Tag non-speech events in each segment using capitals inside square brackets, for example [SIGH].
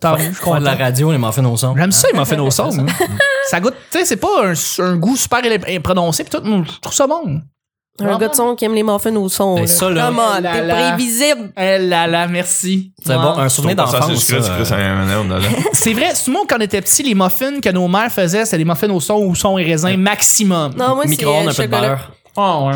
Tant mieux, je Faire de la radio, les muffins au son. J'aime ça, il m'a fait nos sons. [LAUGHS] ça goûte, tu sais, c'est pas un, un goût super élé- prononcé, pis tout, je trouve ça bon. Un gars de son qui aime les muffins au son. Et Ben, là. ça, là- Come on, Ben, Là, t'es là. prévisible. Eh là là, merci. C'est Wow. bon, un souvenir Ton d'enfance. sausage sucré, ça, sucré, euh, ça a un an, là. [LAUGHS] C'est vrai, souvent quand on était petit, les muffins que nos mères faisaient, c'était les muffins au son ou son et raisin maximum. Non, moi, euh, c'est Micro-ondes, euh, un peu de chocolat. beurre. Ah ouais.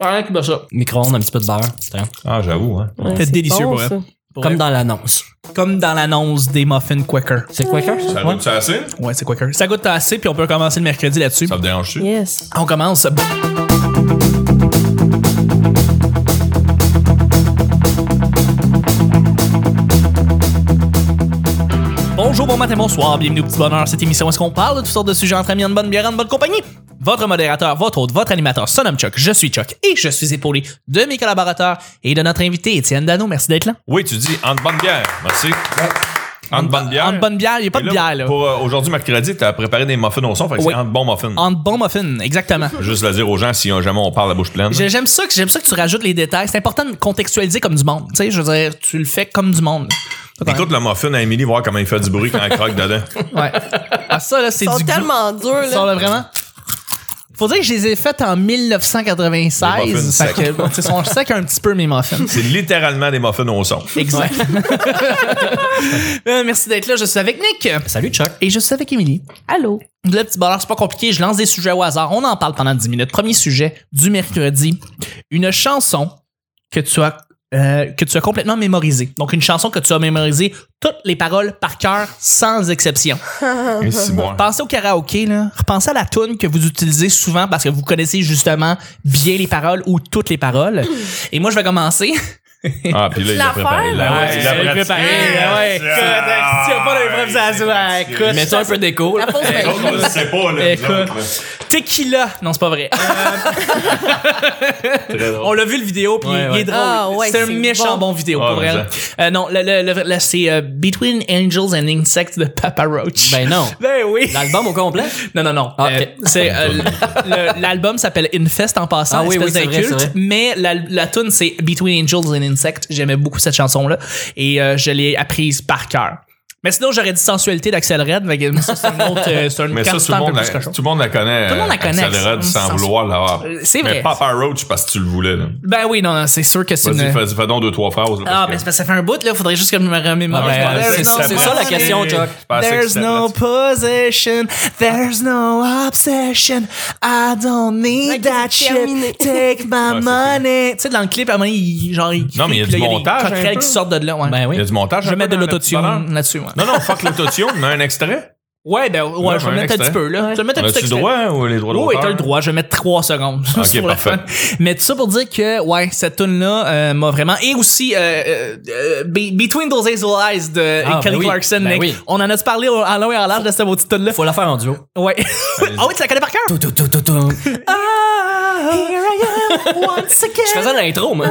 Arrête qui bat ça. Micro-ondes, un petit peu de beurre. Putain. Ah, j'avoue, hein. Ouais, C'est délicieux bon, pour elle. ça. Comme dans l'annonce. Comme dans l'annonce des muffins Quaker. C'est Quaker, ça? Ça Ouais. goûte ça assez? Ouais, c'est Quaker. Ça goûte assez, puis on peut commencer le mercredi là-dessus. Ça me dérange-tu? Yes. On commence. Bonjour, bon matin, bonsoir, bienvenue au petit bonheur. Cette émission, où est-ce qu'on parle de toutes sortes de sujets entre amis, en bonne bière, en bonne compagnie? Votre modérateur, votre hôte, votre animateur, son nom Chuck, je suis Chuck et je suis épaulé de mes collaborateurs et de notre invité Étienne Dano. Merci d'être là. Oui, tu dis en bonne bière. Merci. En bonne bière. En bonne bière, il n'y a pas Et de là, bière là. Pour euh, aujourd'hui, mercredi, t'as préparé des muffins au son, fait que Oui. c'est en bon muffin. En bon muffin, exactement. Juste le dire aux gens si euh, jamais on parle la bouche pleine. J'ai- J'aime ça, que- j'aime ça que tu rajoutes les détails. C'est important de contextualiser comme du monde. Tu sais, je veux dire, tu le fais comme du monde. Écoute le muffin à Émilie, voir comment il fait du bruit quand elle [LAUGHS] croque dedans. Ouais. Ah, ça, là, c'est Ils du sont goût. tellement durs, Ils sont là. là, vraiment. Faut dire que je les ai faites en Les muffins 1996. Fait secs. que, bon, tu sais, sont secs un petit peu, mes muffins. C'est littéralement des muffins au [LAUGHS] son. Exact. Euh, merci d'être là. Je suis avec Nick. Salut Chuck. Et je suis avec Émilie. Allô? Le petit bonheur, c'est pas compliqué. Je lance des sujets au hasard. On en parle pendant 10 minutes. Premier sujet du mercredi. Une chanson que tu as, euh, que tu as complètement mémorisée. Donc, une chanson que tu as mémorisée toutes les paroles par cœur, sans exception. Et si moi. Pensez au karaoké, là. Repensez à la tune que vous utilisez souvent parce que vous connaissez justement bien les paroles ou toutes les paroles. Et moi, je vais commencer. Ah, puis là, il l'as a préparé. fait? Là, ouais, je l'ai il l'a pratiqué. préparé, Ah, ouais. Écoute, ah, s'il y a pas ah, d'improvisation, il s'est écoute. pratiqué. Mets ça un peu d'écho. là. La fausse Les autres, on magie. le sait pas, là. Écoute. [LAUGHS] Tequila. Non, c'est pas vrai. Très On drôle. l'a vu le vidéo, puis Ouais, il est ouais. drôle. Ah, ouais, c'est un c'est méchant bon, bon. vidéo, Ah, pour mais vrai. Euh, non, le, le- le- le- c'est euh, Between Angels and Insects de Papa Roach. Ben non. Ben oui. L'album au complet? Non, non, non. Ah, Euh, ok. c'est, euh, le- L'album s'appelle Infest en passant, Ah oui, espèce oui, c'est de vrai, culte, c'est vrai. mais la, la tune c'est Between Angels and Insects. J'aimais beaucoup cette chanson-là et euh, je l'ai apprise par cœur. Mais sinon, j'aurais dit Sensualité d'Axel Red, mais que- mais ça, c'est un autre. euh, c'est un Mais ça, tout le, candidat un monde peu la, plus cochon. tout le monde la connaît. Tout le monde la euh, connaît, Axel Red, sans- sans vouloir l'avoir. Euh, c'est vrai. Mais Papa Roach, parce que tu le voulais. là. Ben oui, non, non, c'est sûr que c'est Vas-y, une. fais, fais donc deux, trois phrases. là, Ah, parce mais que- c'est parce que ça fait un bout, là. Faudrait juste que je me remémore. Ah, je pensais There's que no- c'était ben, c'est ça, la passé. question, Chuck. Je pensais que There's c'était no possession, there's no obsession. I don't need Ok, that c'est shit. terminé. [LAUGHS] Take my c'est money. Tu sais, dans le clip, à un moment, il, genre, il. Non, mais il y a puis du là, montage, Il y a des un coquerelles peu. qui sortent de là, ouais. Ben Il y a oui. du montage. je vais un peu mettre de dans le petit bonheur. l'autotune là-dessus, ouais. Non, non, fuck l'autotune. On a un extrait. Ouais, ben, ouais, Là, je vais j'ai mettre un un extrait. petit peu, là. Je vais mettre On un petit a-tu le extrait. droit hein, ou les droits d'auteur? Oui, t'as le droit. Je vais mettre 3 secondes. [LAUGHS] juste pour le parfait. fun. Mais tout ça pour dire que, ouais, cette tune-là euh, m'a vraiment. Et aussi, euh, euh, euh, Be- Between Those Hazel Eyes de Ah, Kelly ben oui. Clarkson, Ben Nick. oui. On en a parlé au- à long et à large de cette petite tune-là. Faut la faire en duo. Ouais. ah oui, tu la connais par cœur? Tout, tout, tout, tout, tout. Ah, Here I am once again. Je faisais l'intro, moi.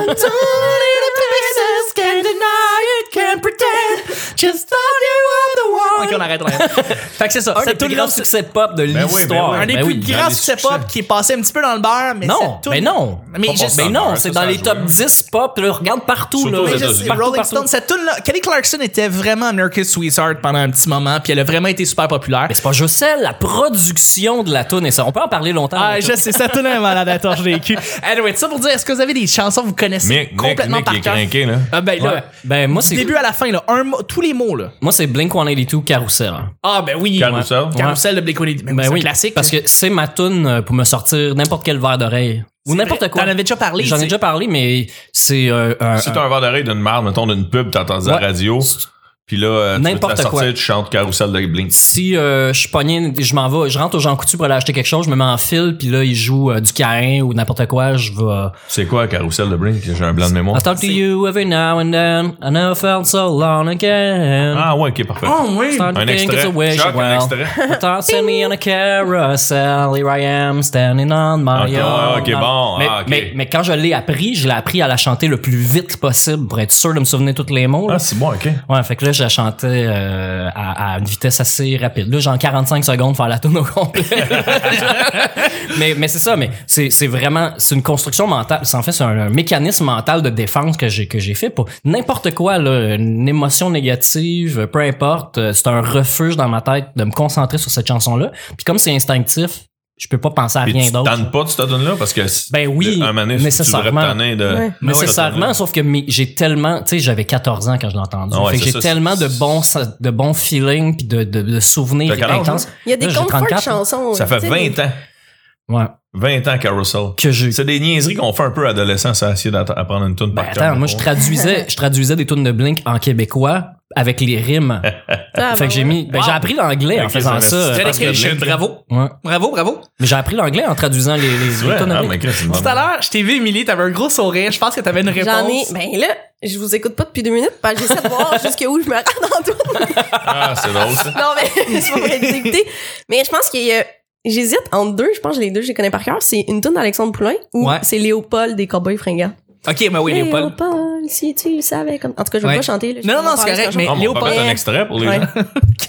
Ok, on arrête, on [LAUGHS] arrête. fait que c'est ça. Un Cette des plus tune-là, grands c'est succès pop de Ben oui, l'histoire. ben oui. un des Ben plus oui. grands des succès succès. pop qui est passé un petit peu dans le beurre, mais Non, cette mais tune- non. Mais Pas je- pour Ben ça, non, ça, c'est ça dans les joue, top hein. 10 pop, là, regarde partout, Surtout là. aux Mais je États-Unis. sais, Partout, Rolling partout. Stone, cette tune là, Kelly Clarkson était vraiment America's Sweetheart pendant un petit moment, puis elle a vraiment été super populaire. Mais c'est pas juste celle, la production de la toune et ça. On peut en parler longtemps. Ah, mais je sais, cette tune là est malade à torche des culs. Anyway, ça pour dire, est-ce que vous avez des chansons que vous connaissez Nick, Nick, complètement Nick, il est par cœur? craqué, là. Ah ben là, Ouais. Ben, moi, du c'est. début à la fin, là, un mot- tous les mots là. Moi, c'est Blink 182 Carousel. Ah ben oui. Carousel. Ouais. Carousel de Blink-182. Ben, Ben c'est un oui, classique. Parce que c'est ma toune euh, pour me sortir n'importe quel verre d'oreille. Ou C'est n'importe vrai, quoi. Euh, T'en avais déjà parlé. J'en tu ai sais. déjà parlé, mais c'est euh, un- Si t'as un verre d'oreille d'une merde, mettons d'une pub, t'entends à la Ouais. radio. Puis là, euh, tu veux te N'importe la sortir, quoi. tu chantes Carousel de Blink. si euh, je suis pogné, je m'en vais, je rentre aux gens Coutu pour aller acheter quelque chose, je me mets en file, puis là, ils jouent euh, du Caïn ou n'importe quoi, je vais... C'est quoi Carousel de Blink? J'ai un blanc de I mémoire. talk to you every now and then, I never felt so long again. Ah ouais, ok, parfait. oui. Start to Un think extrait. it's a wish, Jacques, un well, [LAUGHS] extrait. the thought sent me on a carousel, here I am, standing on my Ok, ouais, own. ok, bon, Mais, ah, ok. mais, mais quand je l'ai appris, je l'ai appris à la chanter le plus vite possible pour être sûr de me souvenir tous les mots. là. Ah, c'est bon, ok. Ouais, fait que là, je la chantais euh, à, à une vitesse assez rapide. Là, j'ai en 45 secondes faire la tourne au complet. [LAUGHS] mais mais c'est ça, mais c'est c'est vraiment c'est une construction mentale. C'est en fait c'est un, un mécanisme mental de défense que j'ai que j'ai fait pour n'importe quoi là, une émotion négative, peu importe. euh, C'est un refuge dans ma tête de me concentrer sur cette chanson là. Puis comme c'est instinctif, je peux pas penser à Puis rien tu d'autre. tannes pas de cette donne-là parce que si- Ben oui, de- un moment donné, nécessairement. Tu devrais te tanner de, Ouais. de cette Nécessairement, sauf que mes- j'ai tellement, tu sais, j'avais 14 ans quand je l'ai entendu. Ah ouais, Fait que c'est j'ai ça, tellement de c'est- bons, sen- de bons feelings puis de, de, de souvenirs T'as quel âge, intenses. Il y a des Là, j'ai comptes forts de 34, chansons. donne-là. Ça fait 20 ans. Ouais. 20 ans, Carousel. Que j'ai. C'est des niaiseries qu'on fait un peu adolescent, ça, essayer d'apprendre une tune Ben, par attends, moi, je [LAUGHS] traduisais, je traduisais des tunes de Blink en québécois avec les rimes. Ah, Ah, fait que j'ai mis, ben, Wow. j'ai appris l'anglais en bah Ok, faisant ça va- ça. C'était parce que- la question. Blink- Bravo. Ouais. Bravo, bravo. Mais j'ai appris l'anglais en traduisant les, les, les tunes de Ah, Blink. mais Chris, c'est une bonne- Tout à l'heure, je t'ai vu, Émilie, t'avais un gros sourire. Je pense que t'avais une réponse. J'en ai. Ben là, je vous écoute pas depuis deux minutes, parce que j'essaie de voir jusqu'où je me rends [LAUGHS] dans tout. Ah, c'est drôle, ça. Non, mais [LAUGHS] c'est pas vrai de vous écouter. Mais je pense qu'il y a. J'hésite entre deux, je pense que les deux, je les connais par cœur. C'est une tune d'Alexandre Poulain ou Ouais. c'est Léopold des Cowboys Fringants. ben, Ok, mais oui, Léopold. si tu savais comme. En tout cas, je vais Ouais. pas chanter. là. Je Non, vais non, pas c'est parler de correct, cette mais- Ah, chanson. mais on va Léopold- mettre un extrait pour les Ouais. gens.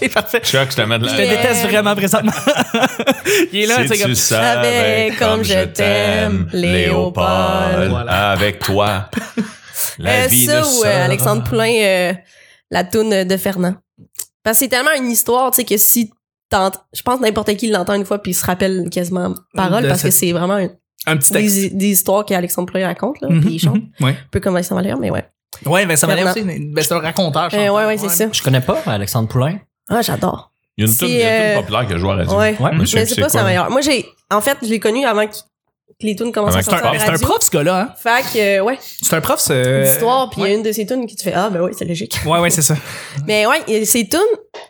Ok, parfait. Chuck, je te mets de la. Je te déteste vraiment présentement. [LAUGHS] Il est là, tu sais, si comme. tu savais comme je t'aime, Léopold, Voilà. avec toi. La Euh, vie ça ne ou euh, sera- Alexandre Poulain, euh, la toune de Fernand. Parce que c'est tellement une histoire, tu sais, que si t'entends, je pense n'importe qui l'entend une fois puis il se rappelle quasiment parole De parce que cette- c'est vraiment une- Un petit texte. des, des histoires qu'Alexandre Poulain raconte, là, Mhm, puis il chante. mhm, Ouais. Un peu comme Vincent Valère, mais ouais. Ouais, Vincent Valère aussi. Fernand. Ben, c'est un raconteur. Euh, chanteur. ouais, ouais, c'est ça. Je connais pas Alexandre Poulain. Ah, j'adore. Il y a une tune il y a une C'est, tune euh, populaire que je joue à la radio. Ouais. Ouais. Mais Mais c'est pas sa meilleure. Moi, j'ai, en fait, je l'ai connu avant que que les tunes commencent Avant à que C'est sortir à un, la c'est un radio. prof, ce gars-là. Hein? Fait que, euh, ouais, C'est un prof, ce. l'histoire, puis il y Euh, ouais. a une de ces tunes qui tu fais, ah, ben oui, c'est logique. Ouais, ouais, c'est ça. Mais Ben ouais, et ces tunes,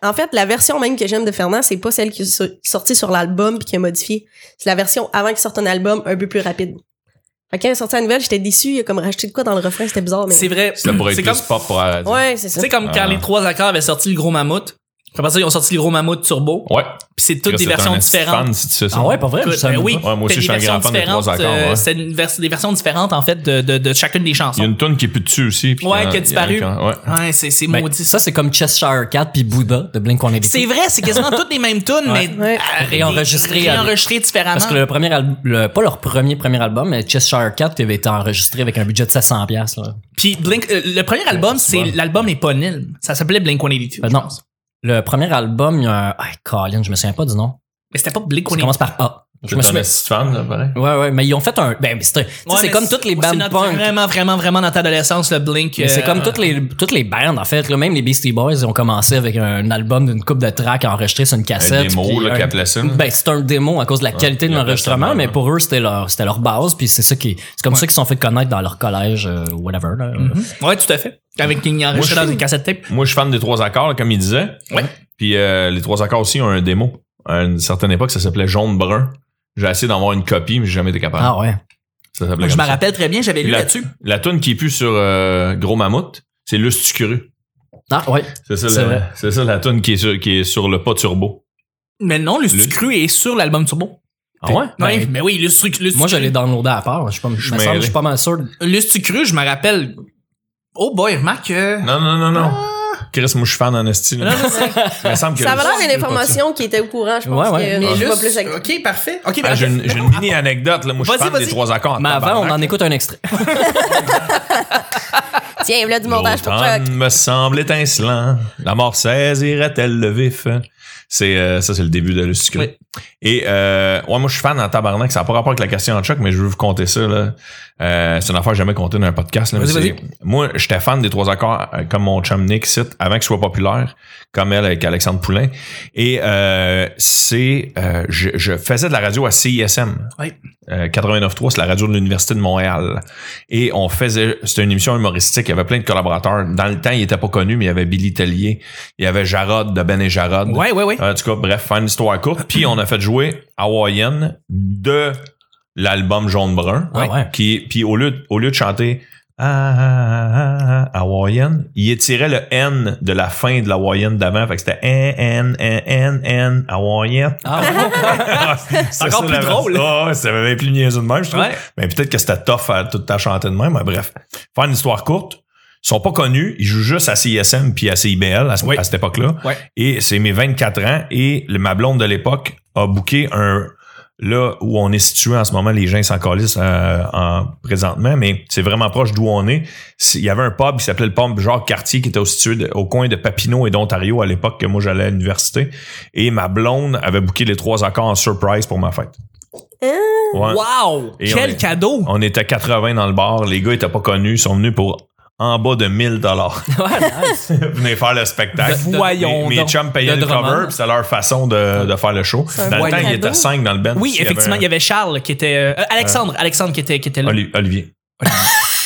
en fait, la version même que j'aime de Fernand, c'est pas celle qui est sur- sortie sur l'album puis qui a modifié. C'est la version avant qu'il sorte un album un peu plus rapide. Fait que quand il est sorti la nouvelle, j'étais déçu, il a comme rajouté de quoi dans le refrain, c'était bizarre, mais. C'est vrai. Ça pourrait être comme, plus pop pour la radio. Ouais, c'est ça. C'est comme quand Ah. les trois accords avaient sorti le gros mammouth. Après ça, ils ont sorti le gros mammouth turbo. Ouais. Puis c'est toutes des Chris, t'es versions un esti de différentes. fan si tu sais ça. Ah ouais, pas vrai? Écoute, je savais ben oui, pas. Ouais, moi aussi, t'as je suis des un grand versions fan des trois différentes, accords, euh, ouais. C'est une vers- des versions différentes, en fait, de, de, de chacune des Il y chansons. a une tune qui est plus dessus aussi. puis Ouais, il y en- qui a il y en disparu. qui en- Ouais. Ouais, c'est c'est Ben, maudit. ça, c'est comme Cheshire Cat puis Bouddha de Blink on C'est vrai, c'est quasiment toutes les mêmes tunes, Ouais. mais Ouais. euh, Réenregistrées avec- réenregistrées différemment. Parce que le premier album, pas leur premier premier album, mais Cheshire Cat qui avait été enregistré avec un budget de 700 pièces là. Puis Blink, euh, le premier album, c'est bon. l'album éponyme. Ça s'appelait Blink 182. Ben non. Le premier album, il y a un ah, Colin, je me souviens pas du nom. Mais c'était pas Blink Ça 182. commence par A. Je Je me me suis souviens. fan, là, pareil. Ouais ouais, mais ils ont fait un ben c'était tu sais, Ouais, c'est mais comme toutes les c'est bandes notre- punk. Vraiment, vraiment, vraiment notre adolescence, le Blink. Mais c'est euh, comme toutes les toutes les bandes en fait, là, même les Beastie Boys, ils ont commencé avec un album d'une coupe de tracks enregistré sur une Un cassette. démo, Ah, puis là, un- qui appelait ça. là. Ben, c'est un démo à cause de la qualité de il y a l'enregistrement, personne, mais ouais. pour eux, c'était leur, c'était leur base, puis c'est ça qui, c'est comme ça qu'ils se sont fait connaître dans leur collège, euh, whatever, là. Mm-hmm. Ouais, tout à fait. Avec King enregistré Moi, je- dans une cassette tape. Moi, je suis fan des trois accords, là, comme il disait. Ouais. Puis euh, les trois accords aussi ont un démo. À une certaine époque, ça s'appelait Jaune-Brun. J'ai essayé d'en avoir une copie, mais j'ai jamais été capable. Ah ouais. Ça s'appelait Je comme me ça. rappelle très bien, j'avais lu La- là-dessus. La toune qui est plus sur euh, Gros Mammouth, c'est Lustucru. Ah ouais. C'est ça, C'est la- vrai. c'est ça la toune qui est sur, qui est sur le pas turbo. Mais non, le Le- Cru est sur l'album Turbo. Ah ouais? Ouais, Ben, mais oui, le Cru. Moi, je l'ai downloadé à part. Je suis pas, je me mêlé. semble, je suis pas mal sûr. Le Cru, je me rappelle. Oh boy, remarque. euh, Non, non, non, non. Chris, moi, je suis fan en esti. là. Il me semble que Ça va le- l'air d'une information qui était au courant, je pense Ouais, ouais. que mais je suis le- pas plus avec- Ok, parfait. Ok, Ah, ben, j'ai une, j'ai une mini anecdote, là. Moi, je suis Vas-y, fan des vas-y. trois accords. en Mais avant, on tabarnak. en écoute un [LAUGHS] extrait. Tiens, voilà du montage pour Chuck. L'automne me semble étincelant. La mort saisirait-elle le vif? C'est, euh, ça, c'est le début de Lustico. Oui. Et euh, ouais, moi, je suis fan en tabarnak. Ça n'a pas rapport avec la question en choc, mais je veux vous compter ça. Là. Euh, c'est une affaire que j'ai jamais contée dans un podcast. Là, mais Vas-y, c'est- vas-y. Moi, j'étais fan des trois accords, euh, comme mon chum Nick cite, avant qu'il soit populaire, comme elle avec Alexandre Poulain. Et euh, c'est... euh, je, je faisais de la radio à CISM. Oui. Euh, 89.3, c'est la radio de l'Université de Montréal. Et on faisait, c'était une émission humoristique, il y avait plein de collaborateurs. Dans le temps, il était pas connu, mais il y avait Billy Tellier, il y avait Jarod de Ben et Jarod. Ouais, ouais, ouais. En tout cas, bref, faire une histoire courte. Puis on a fait jouer Hawaiian de l'album Jaune Brun. Ah ouais. Qui, puis au lieu, au lieu de chanter Ah, ah, ah, ah, Hawaiian, il étirait le N de la fin de l'Hawaiian d'avant. Fait que c'était N, N, N, N, N, Hawaiian. Ah ouais. [LAUGHS] C'est Encore ça, plus la version. drôle. Ah ouais, ça m'avait plus niaisé de même, je trouve. Ouais. Mais peut-être que c'était tough à tout à chanter de même. Mais bref, faire une histoire courte. sont pas connus. Ils jouent juste à CISM puis à CIBL à, ce- Oui. à cette époque-là. Ouais. Et c'est mes 24 ans et le- ma blonde de l'époque a booké un là où on est situé en ce moment, les gens s'en calissent euh, en présentement, mais c'est vraiment proche d'où on est. C'est- Il y avait un pub qui s'appelait le pub Jacques Cartier qui était au- situé de- au coin de Papineau et d'Ontario à l'époque que moi j'allais à l'université. Et ma blonde avait booké les trois accords en surprise pour ma fête. Ah, Ouais. Wow! Et Quel on est- [LAUGHS] cadeau! On était 80 dans le bar, les gars étaient pas connus, ils sont venus pour en bas de 1000 dollars. Ouais, nice. [LAUGHS] Venez faire le spectacle. Voyons Mes, mes donc. chums payaient De le Drummond. cover, puis c'était leur façon de, de faire le show. un Dans bon le temps, il cadeau. était 5 dans le band. Oui, Puis effectivement, il y avait avait Charles qui était. euh, Alexandre, Alexandre qui était, qui était là. un- Oli- [LAUGHS] Olivier.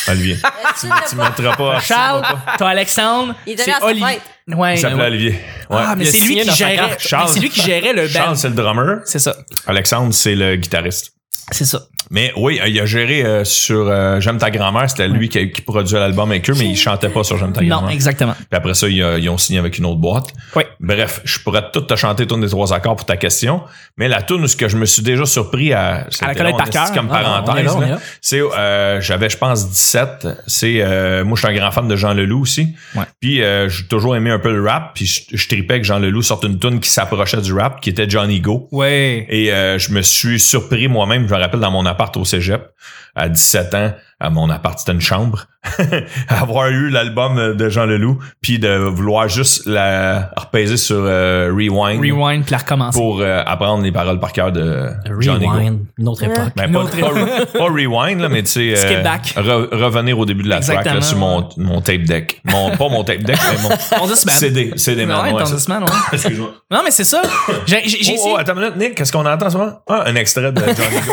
Olivier. [LAUGHS] tu ne mettras pas. Charles, t'as Alexandre. Il était c'est à sa Olivier. fête. Ouais, Il s'appelait ouais. Olivier. Ouais. Ah, mais Il a c'est lui signé qui dans sa gérait. carte. mais Charles- C'est lui qui gérait le band. Charles, c'est le drummer. C'est ça. Alexandre, c'est le guitariste. C'est ça. Mais oui, euh, il a géré euh, sur euh, J'aime ta grand-mère. C'était lui qui, qui produisait l'album avec eux, mais il chantait pas sur J'aime ta Non, grand-mère. exactement. Puis après ça, ils, euh, ils ont signé avec une autre boîte. Oui. Bref, je pourrais tout te chanter tourne des trois accords pour ta question, mais la tune ce que je me suis déjà surpris à, c'était connaître long, par cœur. c'est comme Ah, on est parenthèse, là, on est là. là. c'est euh, j'avais je pense 17, c'est euh, moi je suis un grand fan de Jean Leloup aussi. Ouais. Puis euh, j'ai toujours aimé un peu le rap, puis je, je tripais que Jean Leloup sorte une tune qui s'approchait du rap qui était Johnny Go. Ouais. Et euh, je me suis surpris moi-même, je me rappelle dans mon appart au Cégep, à 17 ans, à mon appart, c'était une chambre, [LAUGHS] avoir eu l'album de Jean Leloup, puis de vouloir juste la repaiser sur euh, Rewind, Rewind, puis la recommencer. pour euh, apprendre les paroles par cœur de Johnny Go. Rewind, une autre époque. Ben, Une pas, autre- pas- pas rewind, là, mais tu sais. euh, Skip back. re- revenir au début de la track là, Exactement. sur mon, mon tape deck. Mon, pas mon tape deck, mais [LAUGHS] mon Ton 10 man. CD. CD, man, Ouais, ouais, ton ça. 10 man, ouais. Excuse-moi. Non, mais [COUGHS] c'est ça. J'ai j'ai- j'ai Oh, essayé. oh, attends une minute, Nick, qu'est-ce qu'on entend en ce moment? Ah, un extrait de Johnny [LAUGHS] Go.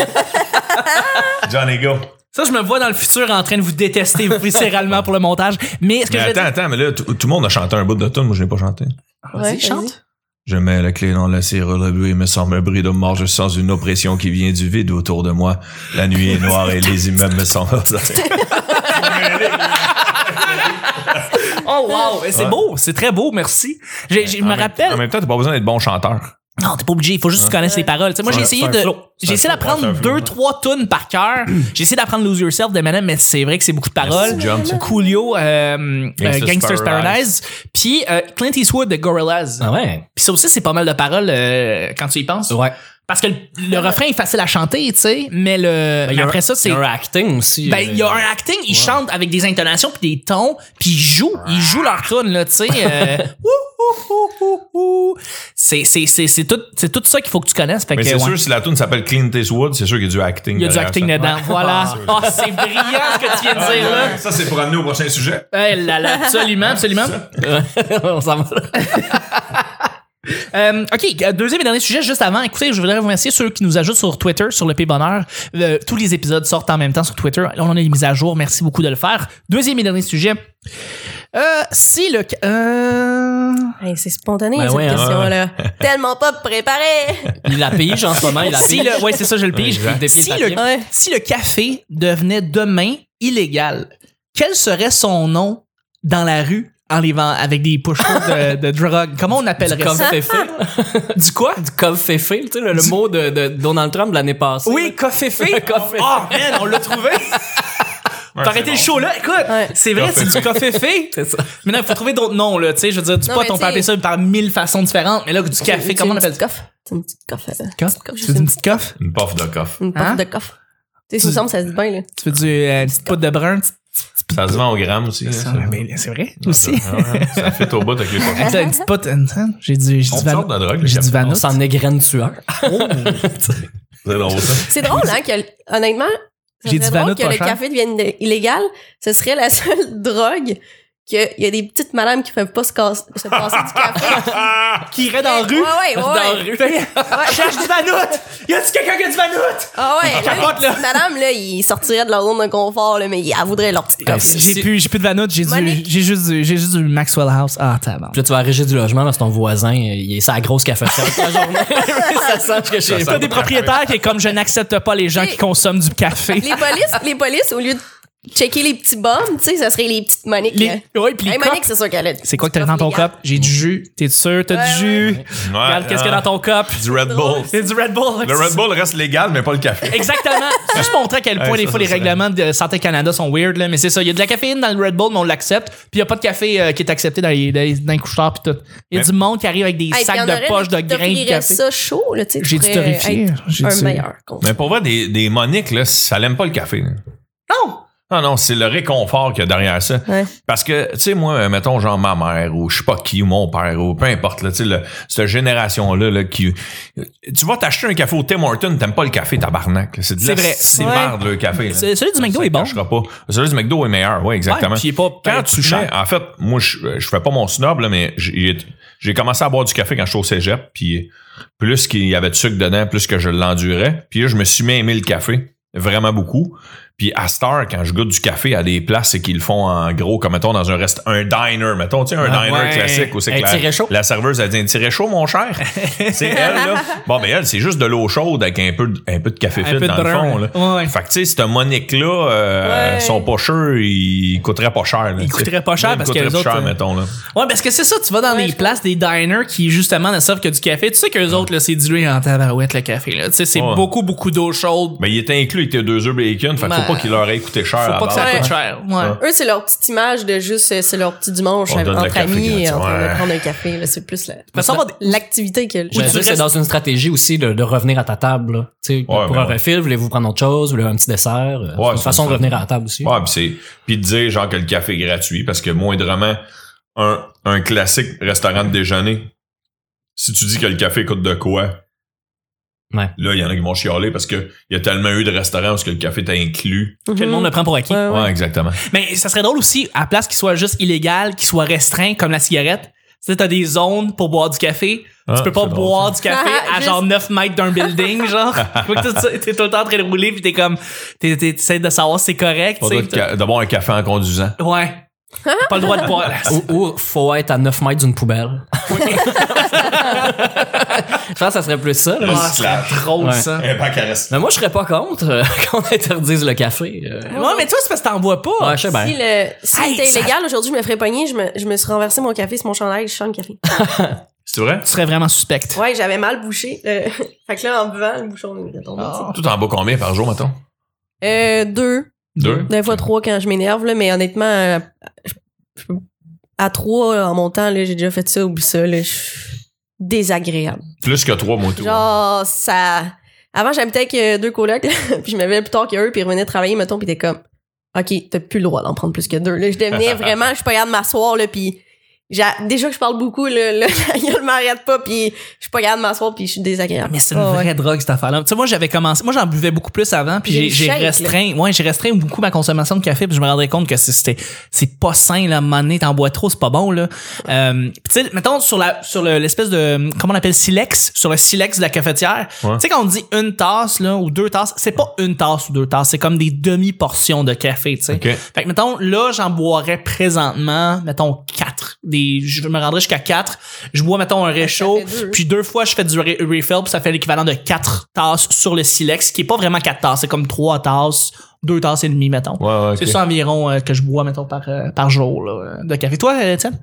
Johnny Go. Ça, je me vois dans le futur en train de vous [LAUGHS] détester viscéralement pour le montage. Mais ce que Mais je veux attends, dire. attends, mais là, tout tout le monde a chanté un bout de tune, moi je l'ai pas chanté. Vas-y, Ouais, chante. Je mets la clé dans la serrure, le bruit me semble un bruit de mort, je sens une oppression qui vient du vide autour de moi. La nuit est noire et les immeubles me semblent... [LAUGHS] Oh, wow. C'est Ouais. Ah, beau. C'est très beau. Merci. J'ai- j'ai- Je me En même- rappelle. En même temps, t'as pas besoin d'être bon chanteur. Non, t'es pas obligé. Il faut juste que tu connaisses les paroles. Tu sais, moi, C'est j'ai un- essayé c'est un de. flow. C'est J'ai un essayé flow, c'est d'apprendre un flow. Mm. deux, trois tunes par cœur. j'ai essayé d'apprendre Lose Yourself de Madame, mais c'est vrai que c'est beaucoup de paroles. Merci, John, ça. Coolio, euh, Gangster's euh, Gangster's Paradise. Paradise. Puis euh, Clint Eastwood de Gorillaz. Ah ouais? Puis ça aussi, c'est pas mal de paroles euh, quand tu y penses. Ouais. Parce que le, le refrain est facile à chanter, tu sais, mais le. Ben, il y a après un- ça, il c'est. y a un acting aussi. Ben, il y a un acting, ils chantent avec des intonations puis des tons, puis ils jouent, ils jouent leur crône, là, tu sais. [LAUGHS] euh, ouh, ouh, ouh, ouh, ouh. C'est, c'est, c'est, c'est tout, c'est tout ça qu'il faut que tu connaisses. Fait Mais que, c'est ouais. sûr, si la tune s'appelle Clint Eastwood, c'est sûr qu'il y a du acting. il y a du derrière acting ça. dedans. Voilà. Oh, [LAUGHS] Ah, c'est brillant ce que tu viens de dire, là. Ça, c'est pour amener au prochain sujet. Eh là là, absolument, absolument. on [LAUGHS] s'en va. Euh, OK, euh, deuxième et dernier sujet, juste avant. Écoutez, je voudrais vous remercier ceux qui nous ajoutent sur Twitter, sur le P Bonheur. Euh, tous les épisodes sortent en même temps sur Twitter. Là, on en a les mises à jour. Merci beaucoup de le faire. Deuxième et dernier sujet. Euh, si le... ca- Euh... Hey, c'est spontané, Ben cette ouais, hein. question-là. Tellement pas préparée. Il a pige en ce moment, Ah, il a Si pige. le... Ouais, c'est ça, je le pige. Exact. Si Il dépile le le, papier. Ouais. si le café devenait demain illégal, quel serait son nom dans la rue en les vend- avec des pushers de, de drogue? Comment on appellerait Comme ça? Féfé. Du quoi? Du Cove Féfé, tu sais, le, le mot de, de Donald Trump de l'année passée. Oui, café-fée. Café. Oh, man, on l'a trouvé. T'as arrêté le show là, écoute, Ouais. c'est vrai, [LAUGHS] c'est du café fait. C'est ça. Mais non, il faut trouver d'autres noms là, tu sais, je veux dire, du Non, pot, mais on peut t'sais- appeler ça par mille façons différentes, mais là, du café, comment on appelle ça? coffre. C'est une petite coffre. euh, Coffre? Tu veux une petite coffre? Une puff de coffre. Une Hein? porte de coffre. Tu sais, il me semble que ça se dit bien, là. Tu veux du, euh, une petite poudre de brun? une petite- Ça se vend au gramme aussi. hein, ça. Ah, mais C'est vrai, [LAUGHS] aussi. Ah ouais, Ça fait au bout avec les [LAUGHS] Ah, poches. t'as Une petite poudre, attends, j'ai du, j'ai On du sort vano. de la drogue, J'ai les du gars. vano. On s'en égrène tueur. C'est [LAUGHS] drôle, ça. C'est drôle, hein, que, honnêtement, ça J'ai serait dit Vanna drôle de que pas le cher. café devienne de- illégal. Ce serait la seule [LAUGHS] drogue qu'il y a des petites madames qui peuvent pas se, casse- se passer [LAUGHS] du café. Qui irait dans la rue? Ouais, ouais, [LAUGHS] Dans ouais. la rue. Ouais, Cherche du vanout! Y a-tu quelqu'un qui a du vanout? Ah ouais, là, Capote, les là. petites madames, là, ils sortiraient de leur zone de confort, là, mais ils avoudraient leur petit Euh, café. J'ai si- plus, j'ai plus de vanout, j'ai du, Monique. j'ai juste du, j'ai juste du Maxwell House. Ah, tabarnak. Puis là, tu vas à la régie du logement parce que ton voisin, il est sa grosse café toute la journée. [LAUGHS] ça sent que Ça chez sent T'as des propriétaires qui est comme je n'accepte pas les gens qui consomment du café. Les polices, les polices, au lieu de checker les petits bombes, tu sais, ça serait les petites Moniques. là. Les, ouais, puis les Hey, copes. Monique, c'est sûr qu'elle a. C'est quoi que t'as dans ton légal. cop? J'ai du jus. T'es sûr? T'as du jus? Regarde, qu'est-ce qu'il y a dans ton [LAUGHS] cop? euh, Du Red Bull. [LAUGHS] C'est du Red Bull. Ah, Le Red Bull reste légal, mais pas le café. Exactement. [LAUGHS] Juste montrer à quel point Ouais, des ça, fois ça, les ça. règlements de Santé Canada sont weird, là, mais c'est ça. Il y a de la caféine dans le Red Bull, mais on l'accepte. Puis il n'y a pas de café euh, qui est accepté dans les, dans les- dans les couche-tard puis tout. Il y a Mais- du monde qui arrive avec des Hey, puis sacs il y en aurait de poche de qui grains de t'offriraient café. ça chaud, là, tu sais. tu J'ai dit pourrais euh, torréfié. être J'ai Un dit- meilleur contre. Mais pour vrai, des, des Moniques, là, ça l'aime pas le café. là. Non! Non, non, c'est le réconfort qu'il y a derrière ça. Ouais. Parce que, tu sais, moi, euh, mettons, genre ma mère ou je sais pas qui, ou mon père, ou peu importe, là, tu sais, le- cette génération-là, là, qui. Tu vas t'acheter un café au Tim Hortons, t'aimes pas le café, tabarnak. là. C'est de C'est la vrai. C'est Ouais. merde, le café. là. C'est- celui du McDo Ça est bon. cachera pas. Celui du McDo est meilleur, oui, exactement. Ouais, puis il est pas quand peut-être tu plus mets, cher. Ben, en fait, moi, je, je fais pas mon snob, là, mais j'ai j'ai commencé à boire du café quand je suis au cégep, puis plus qu'il y avait de sucre dedans, plus que je l'endurais. Puis là, je me suis mis à aimer le café, vraiment beaucoup. Puis à Star, quand je goûte du café à des places et qu'ils le font en gros, comme mettons dans un reste, un diner, mettons, tu sais, un Ah diner ouais. classique où c'est Un que tiré la, chaud. la serveuse, elle dit un tiré chaud, mon cher. c'est elle, là. [LAUGHS] Bon, ben elle, c'est juste de l'eau chaude avec un peu, de- un peu de café Un filtre peu de dans le fond, brun. là. là. Ouais. Fait que, tu sais, ce Monique-là, euh, Ouais. son pocheux, il coûterait pas cher. Là, Il tu sais. coûterait pas cher Ouais, il parce que coûterait les pas cher, autres, euh, mettons. Là. Ouais, parce que c'est ça, tu vas dans Ouais, des je places, des diners qui justement ne servent que du café. Tu sais qu'eux autres, là, c'est dilué en tabarouette, le café. Là. Tu sais, c'est Ouais. beaucoup, beaucoup d'eau chaude. Mais Ben, il était inclus, il était deux œufs bacon. Fait que Ben, faut pas qu'il leur ait coûté cher. Faut à pas que base. ça coûte Ouais. cher. Ouais. Ouais. Eux, c'est leur petite image de juste, euh, c'est leur petit dimanche On donne le entre café amis, gratuit, en train de ouais. prendre un café. là, C'est plus la- Mais ça va- l'activité Je que Ou veux tu dire, c'est restes- dans une stratégie aussi de, de revenir à ta table. là. Tu sais, Ouais, pour ben un ouais. refil, voulez-vous prendre autre chose, voulez-vous un petit dessert. euh, c'est une c'est façon de ça. revenir à la table aussi. Ouais, puis c'est. Puis de dire, genre, que le café est gratuit parce que moindrement, un, un classique restaurant de déjeuner, si tu dis que le café coûte de quoi, Ouais. là, il y en a qui vont chialer parce qu'il y a tellement eu de restaurants où ce que le café était inclus. Que le monde le prend pour acquis. Mhm. Ouais, ouais. Ouais, exactement. Mais ça serait drôle aussi, à place qu'il soit juste illégal, qu'il soit restreint comme la cigarette. Tu sais, t'as des zones pour boire du café. Ah, tu peux pas c'est drôle, boire du café à Juste- genre 9 mètres d'un building, genre. Faut que tu- t'es tout le temps en train de rouler pis t'es comme, t'es- t'es- t'essaies de savoir si c'est correct, Pas tu le droit de sais. ca- d'avoir un café en conduisant. Ouais. Pas le droit de boire. Ou, ou faut être à 9 mètres d'une poubelle. je pense que ça serait plus ça. là. Le Ah, slap. c'est drôle, Ouais. ça. Un pack à rest- Mais moi, je serais pas contre euh, [LAUGHS] qu'on interdise le café. euh. Ouais, mais toi, c'est parce que t'en bois pas. Ouais, je sais ben. bien. Si le- si Hey, c'était ça- illégal, aujourd'hui, je me ferais pogner, je me, je me suis renversé mon café sur mon chandail, je chante [LAUGHS] le café. C'est vrai? Tu serais vraiment suspecte. Ouais, j'avais mal bouché. le- [LAUGHS] fait que là, en buvant, le bouchon est tombé. tu sais. Ah. Tout en bas combien par jour, mettons? Euh, deux. Deux? Des fois trois quand je m'énerve, là, mais honnêtement, euh, je- je- à trois, là, en montant, là, j'ai déjà fait ça, oublie ça, là, je suis désagréable. Plus que trois, moi, tout. Genre, ça... Avant, j'habitais avec euh, deux colocs, là, [LAUGHS] puis je m'avais plus tard qu'eux, puis ils revenaient travailler, mettons, puis t'es comme, OK, t'as plus le droit d'en prendre plus que deux. Là, je [LAUGHS] devenais vraiment, je suis pas capable de m'asseoir, là, puis j'a- déjà que je parle beaucoup, là, [LAUGHS] là, la gueule m'arrête pas, puis je suis pas capable de m'asseoir, puis je suis désagréable. Mais c'est une Ah, ouais. vraie drogue cette affaire-là. Tu sais, moi j'avais commencé, moi j'en buvais beaucoup plus avant, puis J'ai j'ai le j'ai shake, restreint, ouais, j'ai restreint beaucoup ma consommation de café, puis je me rendais compte que c'est- c'était c'est pas sain là, à un moment donné, t'en bois trop, c'est pas bon là. Euh, puis tu sais, mettons sur la sur le- l'espèce de comment on appelle silex, sur le silex de la cafetière. Ouais. Tu sais quand on dit une tasse là ou deux tasses, c'est pas une tasse ou deux tasses, c'est comme des demi portions de café, tu sais. OK. Fait que, mettons, là, j'en boirais présentement, mettons, quatre. Des, je me rendrais jusqu'à quatre. Je bois, mettons, un réchaud. Ça fait deux. Puis deux fois, je fais du re- refill, puis ça fait l'équivalent de quatre tasses sur le silex, qui est pas vraiment quatre tasses, c'est comme trois tasses, deux tasses et demie, mettons. Ouais, ouais, C'est ok. ça environ euh, que je bois, mettons, par, euh, par jour, là, euh, de café. Toi, euh, Étienne?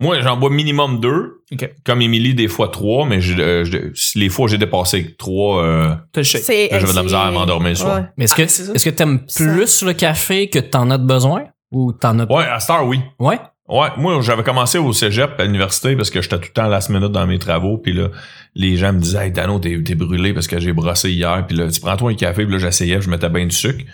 Moi, j'en bois minimum deux. OK. Comme Émilie, des fois trois, mais j'ai- euh, j'ai- si les fois où j'ai dépassé trois, euh, T'as le shake. C'est- j'avais de la c'est- misère à m'endormir le soir. Ouais. Mais est-ce que c'est ça. est-ce que t'aimes Ça. plus le café que t'en as de besoin ou t'en as Ouais. à Star, oui. ouais Ouais, moi, j'avais commencé au cégep à l'université parce que j'étais tout le temps à la semaine dans mes travaux. Puis là, les gens me disaient, hey, Dano, t'es t'es brûlé parce que j'ai brossé hier. Puis là, tu prends-toi un café. Puis là, j'essayais, je mettais bien du sucre.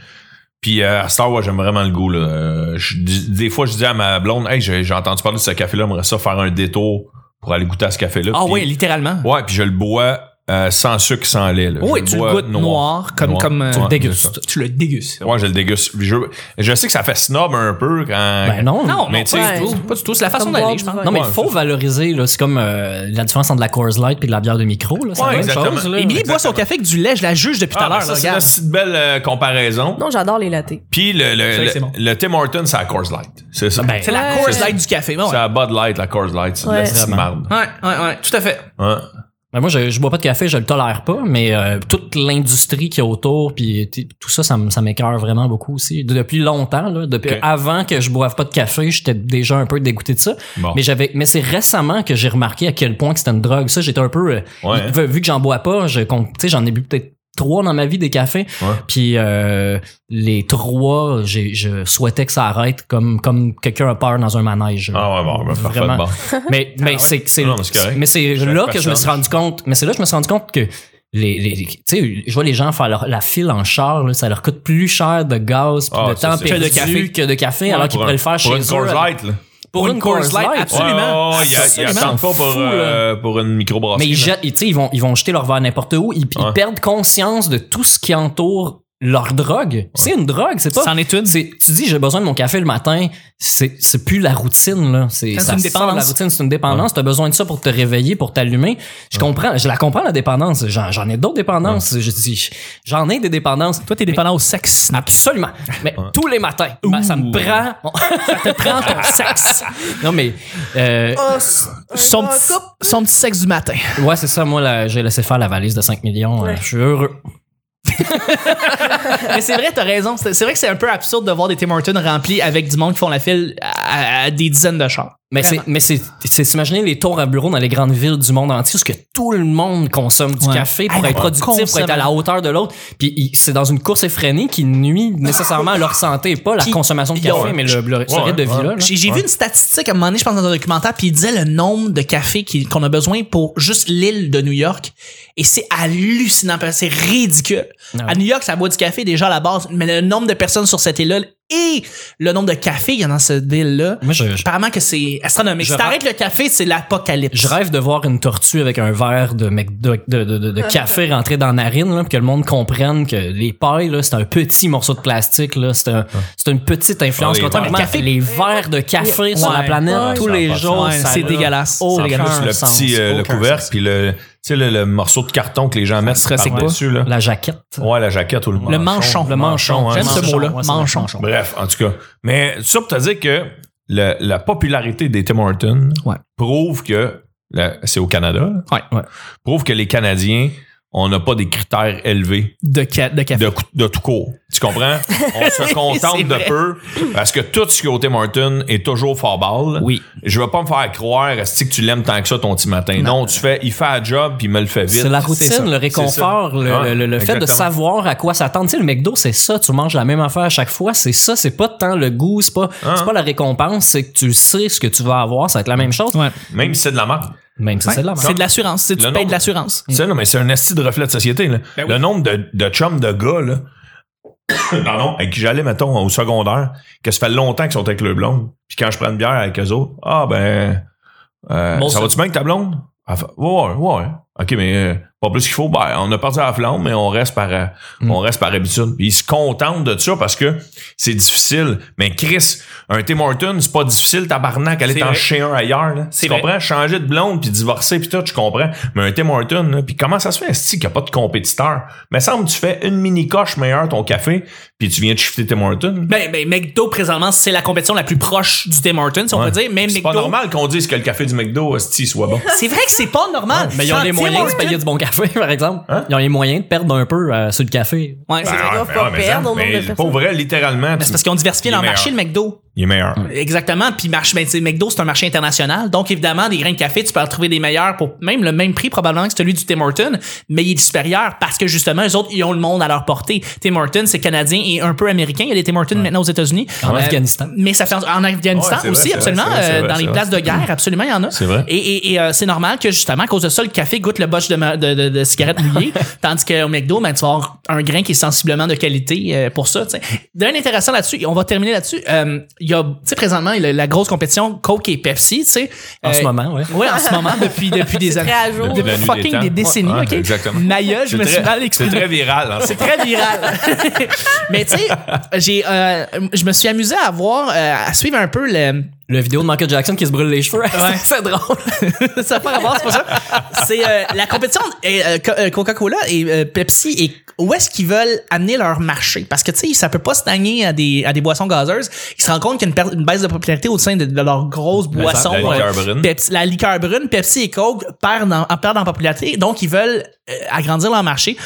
Puis euh, à Star, ouais, j'aime vraiment le goût. Là. Euh, je dis- des fois, je dis à ma blonde, hey, j'ai j'ai entendu parler de ce café-là, j'aimerais ça faire un détour pour aller goûter à ce café-là. Ah Puis- oui, littéralement. Ouais, puis je le bois euh, sans sucre, sans lait. là. Oui, Je tu le bois goûtes noir, comme, Noir. comme euh, Tu le dégustes. c'est ça. Tu le dégustes. Ouais, je le déguste. Puis Je, je sais que ça fait snob un peu quand. ben non Non, Hmm, Mais mais tu pas, sais- du tout. pas du tout. C'est la façon Comme d'aller, boire je du pense. vin. non mais Ouais, il faut c'est ça. valoriser là c'est comme euh, la différence entre la Coors Light puis de la bière de micro là c'est Ouais, la même exactement. chose là. Émilie boit son café avec du lait, je la juge depuis tout Ah, à ben l'heure. ça, là, c'est regarde. une petite belle euh, comparaison. Non, j'adore les latés. Puis le, le, C'est vrai que le, c'est bon. le Tim Hortons, c'est la Coors Light. C'est ça. Ben, C'est la Ah Ouais. course light du café. bon, C'est ouais. la Bud Light, la Coors Light. C'est de Ouais. la petite Vraiment. marde. Ouais, ouais, ouais, tout à fait. Hein? Ben, moi, je, je bois pas de café, je le tolère pas, mais euh, toute l'industrie qui est autour, puis t- tout ça, ça, me- ça m'écœure vraiment beaucoup aussi. De- Depuis longtemps, là, depuis Ok. avant que je boive pas de café, j'étais déjà un peu dégoûté de ça. Bon. Mais j'avais, mais c'est récemment que j'ai remarqué à quel point que c'était une drogue. Ça, j'étais un peu, euh, Ouais, hein. vu, vu que j'en bois pas, je, com- tu sais, j'en ai bu peut-être trois dans ma vie des cafés. Ouais. Puis euh, les trois, j'ai, je souhaitais que ça arrête comme comme quelqu'un a peur dans un manège. Ah ouais, bon, ben, parfait, Vraiment. bon. Mais, mais c'est, c'est, Non, mais c'est correct. mais c'est Chaque là que je me personne. suis rendu compte. Mais c'est là que je me suis rendu compte que les, les- les- tu sais, je vois les gens faire leur- la file en char, là, ça leur coûte plus cher de gaz puis Ah, de ça, temps c'est- perdu Que de café. que de café, alors qu'ils Pour un- pourraient le faire chez Pour une eux. Coors Light, là. Pour une Coors Light, absolument. Ouais, ouais, ouais, ils- ils Absolument. attendent pas pour, Fou, euh, pour une microbrasserie. Mais ils là. jettent, ils- tu sais, ils vont, ils vont jeter leur verre n'importe où. Ils, ils Ouais. perdent conscience de tout ce qui entoure leur drogue. C'est une drogue, c'est pas. C'en est une. c'est- tu dis j'ai besoin de mon café le matin, c'est c'est plus la routine là, c'est C'est une ça sort de dépendance. La routine c'est une dépendance, t'as besoin de ça pour te réveiller, pour t'allumer. Je comprends, je la comprends la dépendance. J'en j'en ai d'autres dépendances. Je dis j'en ai des dépendances. Toi, t'es Mais- dépendant au sexe. Absolument. Mais Ouais. tous les matins, ben, ça me Ouh. prend. [LAUGHS] ça te prend [LAUGHS] ton sexe. Non mais euh, Son petit, son petit sexe du matin. Ouais, c'est ça. Moi, là, j'ai laissé faire la valise de 5 millions. euh, Ouais. je suis heureux. [LAUGHS] Mais c'est vrai, t'as raison. C'est c'est vrai que c'est un peu absurde de voir des Tim Hortons remplis avec du monde qui font la file à, à des dizaines de chars. Mais c'est, mais c'est, c'est s'imaginer les tours à bureau dans les grandes villes du monde entier, parce que tout le monde consomme du Ouais. café Hey, pour on être productif, pour consomme. être à la hauteur de l'autre. Puis il- c'est dans une course effrénée qui nuit nécessairement à leur santé, pas la Puis- consommation de ils café, ont- mais le, le- ce Ouais, rythme de ouais. vie là. là. J'ai j'ai vu une statistique à un moment donné, je pense, dans un documentaire, puis il disait le nombre de cafés qui- qu'on a besoin pour juste l'île de New York. Et c'est hallucinant, parce que c'est ridicule. Ouais. À New York, ça boit du café déjà à la base, mais le nombre de personnes sur cette île-là et le nombre de cafés qu'il y a dans cette île-là, Moi, je, je- apparemment que c'est astronomique. Je Si t'arrêtes le café, c'est l'apocalypse. je rêve de voir une tortue avec un verre de, Mc- de, de, de- de- [LAUGHS] de café rentré dans la narine, là, puis que le monde comprenne que les pailles, là, c'est un petit morceau de plastique, là, c'est, un- c'est une petite influence. Ah, les Contrairement verres. à les verres de café sur Ouais. la planète Ouais, tous ça a les pas de jours, Ouais, ça c'est a dégueulasse. Oh, C'est aucun dégueulasse. le sens, petit euh, le aucun couvercle sens. puis le tu sais le, le morceau de carton que les gens mettent se recycle pas. dessus là. La jaquette. Ouais, la jaquette ou le manchon. Le manchon. Le manchon. hein. J'aime ce Manchon, mot-là. ouais, c'est manchon. manchon. Bref, en tout cas, mais ça pour te dire que le- la popularité des Tim Hortons Ouais. prouve que la- c'est au Canada. là. Ouais. Ouais. Prouve que les Canadiens on n'a pas des critères élevés De, ca- de café. de, cou- de tout court. Tu comprends? On se C'est contente de vrai. peu parce que tout ce qui est au Tim Hortons est toujours fort ball. Oui. Je vais pas me faire croire est-ce que tu l'aimes tant que ça ton petit matin. Non, tu fais, il fait un job puis il me le fait vite. C'est la ça. routine, le réconfort, C'est ça. le, Ouais, le- le fait de exactement. savoir à quoi s'attendre. Tu sais, le McDo, c'est ça, tu manges la même affaire à chaque fois, c'est ça, c'est pas tant le goût, c'est pas, Hein? c'est pas la récompense, c'est que tu sais ce que tu vas avoir, ça va être la même chose, Ouais. Même si c'est de la marque. même si Ouais. c'est de la merde. C'est de l'assurance. C'est- Tu Le payes de nombre- l'assurance. Mm. Tu sais, non, mais c'est un esti de reflet de société. là. Mm. Ben oui. Le nombre de, de chums de gars, là, [COUGHS] non, non, avec qui j'allais, mettons, au secondaire, que ça fait longtemps qu'ils sont avec le blonde. Puis quand je prends une bière avec eux autres, ah ben, euh, Bon, ça ça- va-tu bien avec ta blonde? Elle fait, ouais, ouais, ouais. OK, mais euh, pas plus qu'il faut. Ben, on a parti à la flamme, mais on reste par, euh, Mm. on reste par habitude. Puis ils se contentent de ça parce que c'est difficile. Mais Chris, un Tim Horton, c'est pas difficile, tabarnak, aller C'est t'en vrai. chez un ailleurs. Là. C'est Tu comprends? Hein, Changer de blonde, puis divorcer, puis tout, tu comprends. Mais un Tim Horton, là, puis comment ça se fait, Esti, qu'il n'y a pas de compétiteur? Mais semble que tu fais une mini-coche meilleure ton café, puis tu viens de shifter Tim Horton. Ben, ben, McDo, présentement, c'est la compétition la plus proche du Tim Hortons, si on Ouais. peut dire. Mais C'est pas McDo- normal qu'on dise que le café du McDo, Esti, soit bon. C'est vrai que c'est pas normal. Mais ils ont Sans les Tim moyens de Hortons- payer du bon café, [LAUGHS] par exemple. Hein? Ils ont les moyens de perdre un peu euh, sur le café. Ouais, [LAUGHS] c'est Ben, vrai. ouais. doivent pas mais, ça, perdre au nombre de mais personnes. pour vrai, littéralement, Mais tu- Ben, c'est parce qu'ils ont diversifié Il est leur meilleur. marché, le McDo. il est meilleur. Exactement. Puis marche, ben, tu sais, McDo, c'est un marché international. Donc, évidemment, des grains de café, tu peux en trouver des meilleurs pour même le même prix, probablement, que celui du Tim Hortons, mais il est supérieur parce que justement, les autres, ils ont le monde à leur portée. Tim Hortons, c'est canadien et un peu américain. Il y a des Tim Hortons maintenant aux États-Unis. Euh, En Afghanistan. Mais ça fait en- en Afghanistan Ouais, c'est vrai, aussi, c'est vrai, absolument. c'est vrai, c'est euh, vrai, dans c'est les vrai. places de guerre, absolument, il y en a. C'est vrai. Et, et- et, euh, c'est normal que justement, à cause de ça, le café goûte le botch de, ma- de, de- de cigarette [LAUGHS] mouillée, tandis qu'au McDo, ben, tu vas avoir un grain qui est sensiblement de qualité euh, pour ça. tu sais. D'un intéressant là-dessus, et on va terminer là-dessus. euh, Il y a, tu sais, présentement, le- la grosse compétition Coke et Pepsi, tu sais. En Euh, ce moment, ouais. Oui, en ce moment, [LAUGHS] depuis, depuis des C'est années. très à jour. Depuis Depuis la nuit fucking des temps. des, décennies, Ouais, ok? exactement. Maillot, je C'est me suis très- mal C'est exprimé très viral. hein, c'est- très viral. [LAUGHS] Mais tu sais, j'ai, euh, je me suis amusé à voir, euh, à suivre un peu le- Le vidéo de Michael Jackson qui se brûle les [LAUGHS] cheveux, Ouais. c'est drôle. ça n'a pas rapport, c'est pas ça. C'est euh, la compétition est, euh, Co- euh, Coca-Cola et euh, Pepsi et où est-ce qu'ils veulent amener leur marché parce que tu sais ça peut pas se tanner à des à des boissons gazeuses. Ils se rendent compte qu'il y a une, per- une baisse de popularité au sein de, de leurs grosses boissons. euh, la liqueur brune. Pepsi- la liqueur brune, Pepsi et Coke perdent en, en- perdent en popularité, donc ils veulent euh, agrandir leur marché.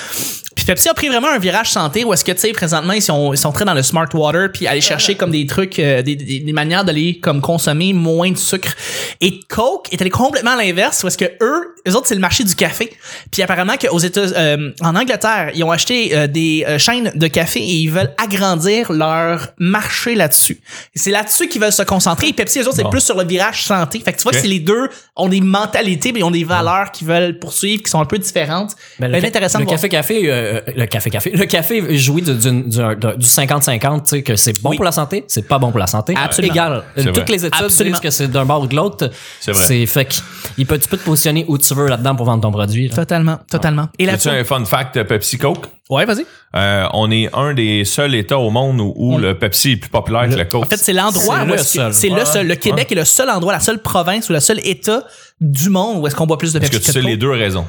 Puis Pepsi a pris vraiment un virage santé où est-ce que tu sais présentement ils sont ils sont très dans le smart water puis aller chercher comme des trucs euh, des, des, des manières d'aller comme consommer moins de sucre et Coke est allé complètement à l'inverse où est-ce que eux les autres c'est le marché du café puis apparemment qu'aux États euh, en Angleterre ils ont acheté euh, des euh, chaînes de café et ils veulent agrandir leur marché là-dessus Et c'est là-dessus qu'ils veulent se concentrer et Pepsi les autres c'est Bon. plus sur le virage santé fait que tu vois Ok. que c'est les deux ont des mentalités mais ils ont des valeurs qu'ils veulent poursuivre qui sont un peu différentes Ben, Ben, ca- intéressant de le voir café café euh, le café café le café jouit du, du, du, du 50 50 tu sais que c'est bon pour la santé c'est pas bon pour la santé Absolument. égal C'est toutes vrai. les études Absolument. disent que c'est d'un bord ou de l'autre C'est vrai. fait que il peut tu peux te positionner où tu veux là dedans pour vendre ton produit là. totalement totalement et As-tu un fun fact Pepsi Coke? ouais vas-y Euh, on est un des seuls États au monde où, où le Pepsi est plus populaire que le Coke. En fait, c'est l'endroit C'est où le est-ce que- seul. c'est le Ouais, seul. Le Québec est le seul endroit, la seule province ou le seul État du monde où est-ce qu'on boit plus de Parce que Pepsi tu sais les Coke. deux raisons.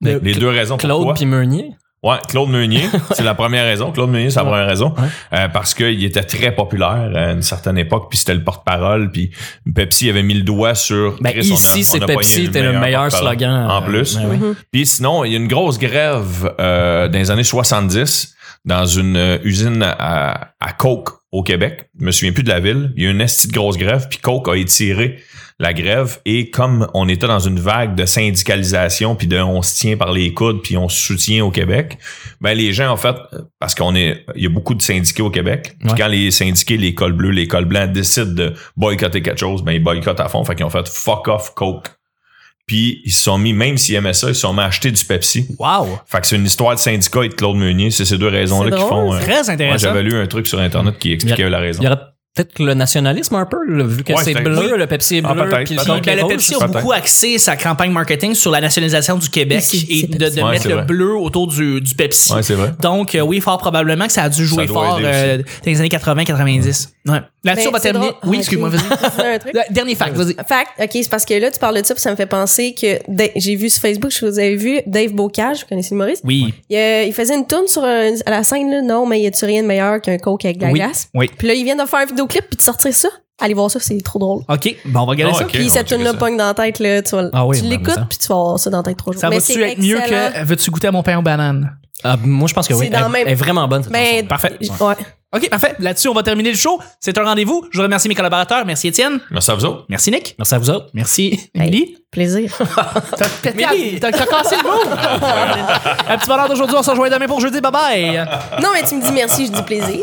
Mais Les Cla- deux raisons pourquoi. Claude puis Meunier Ouais, [LAUGHS] Claude Meunier, c'est la première raison. Claude Meunier, c'est la première raison. Ouais. Euh, parce qu'il était très populaire à une certaine époque, puis c'était le porte-parole, puis Pepsi avait mis le doigt sur... Ben, Chris, on a- ici, c'est on a Pepsi, pogné t'es le meilleur porte-parole. slogan, En euh, plus. ben oui. Puis sinon, il y a une grosse grève euh, dans les années 70 dans une euh, usine à, à Coke au Québec. Je me souviens plus de la ville. Il y a eu une esti de grosse grève, puis Coke a étiré la grève. Et comme on était dans une vague de syndicalisation, puis de on se tient par les coudes, puis on se soutient au Québec, ben les gens, en fait, parce qu'on est, il y a beaucoup de syndiqués au Québec. Puis Ouais. quand les syndiqués, les cols bleus, les cols blancs décident de boycotter quelque chose, ben ils boycottent à fond. Fait qu'ils ont fait fuck off Coke. Puis ils se sont mis, même s'ils aimaient ça, ils se sont mis à acheter du Pepsi. wow Fait que c'est une histoire de syndicat et de Claude Meunier. C'est ces deux raisons-là C'est qui drôle, font. euh, Très moi, intéressant. j'avais lu un truc sur Internet qui expliquait Il la il raison. y aurait peut-être le nationalisme un peu là, vu que Ouais, c'est c'est- bleu oui. le Pepsi est Ah, bleu peut-être, puis peut-être. donc Donc, la- la Ben, Pepsi a Peut-être. beaucoup axé sa campagne marketing sur la nationalisation du Québec Ici, et de, c'est de Ouais, mettre c'est le vrai. bleu autour du, du Pepsi. Ouais, c'est vrai. Donc, euh, oui, fort probablement que ça a dû jouer doit fort aider euh, dans les années 80-90. Ouais. Là-dessus, Ben, on va c'est terminer. drôle. Oui, Ah, excuse-moi, ok. vas-y. Je vais dire [LAUGHS] un truc. Dernier fact, vas-y. Fact, ok, c'est parce que là, tu parles de ça, puis ça me fait penser que Da- j'ai vu sur Facebook, je vous avais vu, Dave Bocage, vous connaissez le Maurice? Oui. Il, euh, il faisait une tourne sur un- à la scène, là. Non, mais y a-tu rien de meilleur qu'un Coke avec de la Oui, glace? oui. Puis là, ils viennent de faire un vidéoclip, puis de sortir ça. Allez voir ça, c'est trop drôle. OK, bon, on va regarder Ah, ça. ok, on puis va cette checker tourne-là ça. pogne dans la tête, là. Tu, vas- Ah oui, tu ben, l'écoutes, ça. puis tu vas avoir ça dans la tête trois jours. Ça Mais va-tu c'est être mieux excellent. que Veux-tu goûter à mon pain aux bananes? Ah, moi je pense que oui C'est elle, dans même- elle est vraiment bonne cette Ben, chanson. Parfait. j- ouais. OK, parfait. Là-dessus, on va terminer le show. C'est un rendez-vous. Je remercie mes collaborateurs. Merci Étienne. Merci à vous autres. Merci Nick. merci à vous autres Merci Émilie. Plaisir. T'as pété- T'as t'as cassé le mot. [LAUGHS] Un petit bonheur d'aujourd'hui. On se rejoint demain pour jeudi. Bye bye. non, mais tu me dis merci, je dis plaisir.